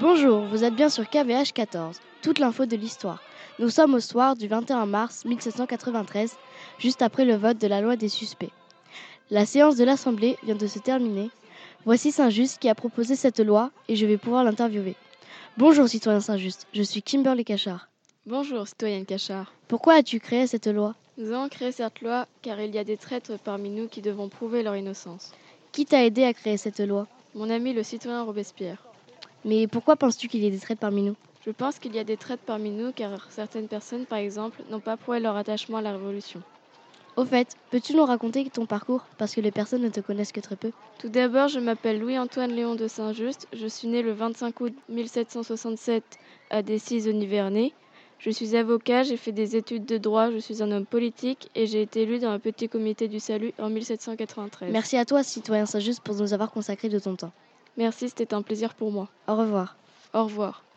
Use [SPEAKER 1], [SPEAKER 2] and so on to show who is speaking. [SPEAKER 1] Vous êtes bien sur KVH 14, toute l'info de l'histoire. Nous sommes au soir du 21 mars 1793, juste après le vote de la loi des suspects. La séance de l'Assemblée vient de se terminer. Voici Saint-Just qui a proposé cette loi et je vais pouvoir l'interviewer. Bonjour citoyen Saint-Just, je suis Kimberly Cachard.
[SPEAKER 2] Bonjour, citoyenne Cachard.
[SPEAKER 1] Pourquoi as-tu créé cette loi
[SPEAKER 2] Nous avons créé cette loi car il y a des traîtres parmi nous qui devront prouver leur innocence.
[SPEAKER 1] Qui t'a aidé à créer cette loi
[SPEAKER 2] Mon ami le citoyen Robespierre.
[SPEAKER 1] Mais pourquoi penses-tu qu'il y ait des traîtres parmi nous
[SPEAKER 2] Je pense qu'il y a des traîtres parmi nous car certaines personnes, par exemple, n'ont pas prouvé leur attachement à la Révolution.
[SPEAKER 1] Au fait, peux-tu nous raconter ton parcours Parce que les personnes ne te connaissent que très peu.
[SPEAKER 2] Tout d'abord, je m'appelle Louis-Antoine Léon de Saint-Just. Je suis né le 25 août 1767 à Decize au Nivernais. Je suis avocat, j'ai fait des études de droit, je suis un homme politique et j'ai été élu dans un petit comité du salut en 1793.
[SPEAKER 1] Merci à toi, citoyen Saint-Just, pour nous avoir consacré de ton temps.
[SPEAKER 2] Merci, c'était un plaisir pour moi.
[SPEAKER 1] Au revoir.
[SPEAKER 2] Au revoir.